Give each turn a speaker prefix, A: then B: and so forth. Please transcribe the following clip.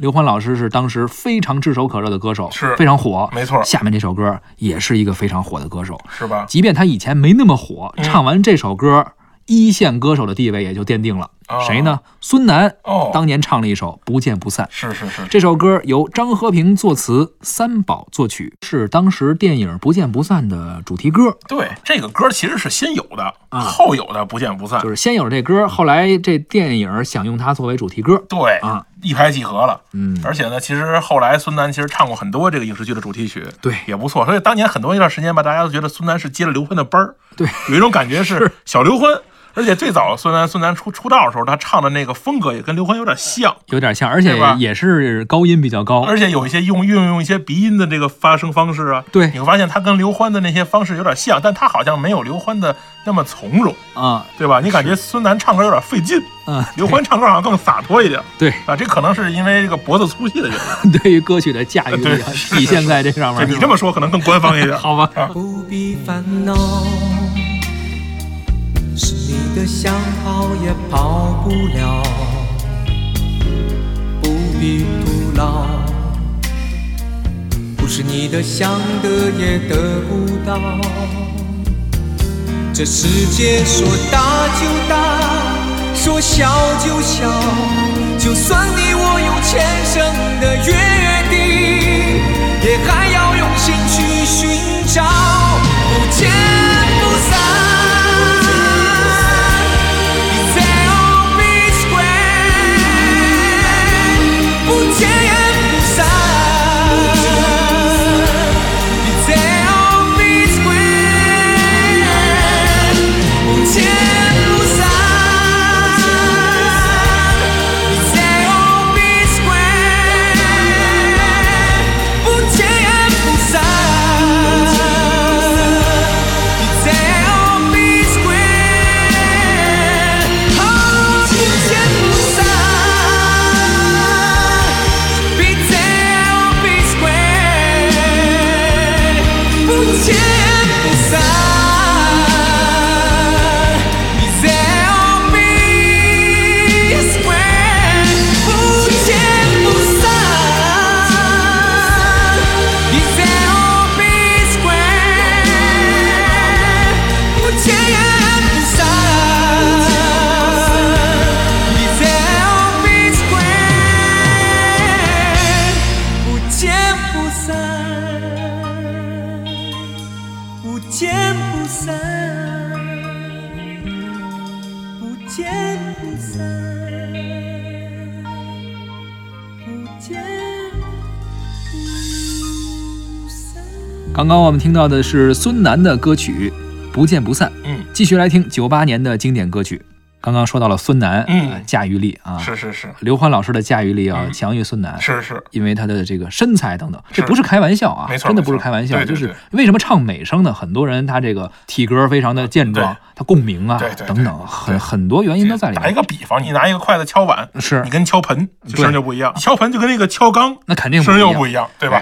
A: 刘欢老师是当时非常炙手可热的歌手，
B: 是
A: 非常火。
B: 没错，
A: 下面这首歌也是一个非常火的歌手，
B: 是吧？
A: 即便他以前没那么火，
B: 嗯
A: 唱完这首歌，一线歌手的地位也就奠定了。
B: 啊
A: 谁呢？孙楠，
B: 哦，
A: 当年唱了一首《不见不散》。
B: 是是是，
A: 这首歌由张和平作词，三宝作曲，是当时电影《不见不散》的主题歌。
B: 对，这个歌其实是先有的，
A: 啊
B: 后有的，不见不散。
A: 就是先有了这歌，后来这电影想用它作为主题歌。
B: 对
A: 啊，
B: 一拍即合了。
A: 嗯，
B: 而且呢，其实后来孙楠其实唱过很多这个影视剧的主题曲，
A: 对
B: 也不错。所以当年很多一段时间吧，大家都觉得孙楠是接了刘欢的班儿，
A: 对，
B: 有一种感觉是小刘欢。而且最早孙楠孙楠出出道的时候，他唱的那个风格也跟刘欢有点像，
A: 有点像，而且
B: 对吧
A: 也是高音比较高。
B: 而且有一些用运用一些鼻音的这个发声方式啊，
A: 对
B: 你会发现他跟刘欢的那些方式有点像，但他好像没有刘欢的那么从容，
A: 啊，
B: 对吧？你感觉孙楠唱歌有点费劲，
A: 嗯，
B: 刘欢唱歌好像更洒脱一点
A: 对，
B: 啊，这可能是因为这个脖子粗细的原 因。
A: 对于歌曲的驾驭
B: 对
A: 力啊
B: 是
A: 体现在这上
B: 对
A: 面。
B: 你这么说可能更官方一点。
A: 好吧？
C: 不必烦恼，是你的想跑也跑不了，不必徒劳，不是你的想得也得不到，这世界说大就大，说小就小，就算你我有前生的约定，也还要用心去寻找，不见不散。They'll be square，不见不散。They'll be square，不见不散。They'll be square，不见不散。They'll be square，哦，不见不散。They'll be square，不见不散。They'll be square，不见不散。They'll be square，不见不散。They'll be square，不见不散，不见不散，不见不散，不见不散。
A: 刚刚我们听到的是孙楠的歌曲《不见不散》。
B: 嗯，
A: 继续来听九八年的经典歌曲。刚刚说到了孙楠，
B: 嗯
A: 呃驾驭力啊，
B: 是是是
A: 刘欢老师的驾驭力啊，
B: 嗯
A: 强于孙楠。
B: 是是，
A: 因为他的这个身材等等，
B: 是
A: 这不是开玩笑啊，
B: 没错
A: 真的不
B: 没
A: 是
B: 错
A: 开玩笑。
B: 对对
A: 就是
B: 对
A: 为什么唱美声呢？很多人他这个体格非常的健壮
B: 对，
A: 他共鸣啊
B: 对对对
A: 等等，很很多原因都在里
B: 打一
A: 面。
B: 个比方，你拿一个筷子敲碗，
A: 是
B: 你，跟敲盆
A: 对
B: 声就不一样，敲盆就跟那个敲缸
A: 那肯定
B: 声
A: 一
B: 又
A: 样
B: 不一样，对吧？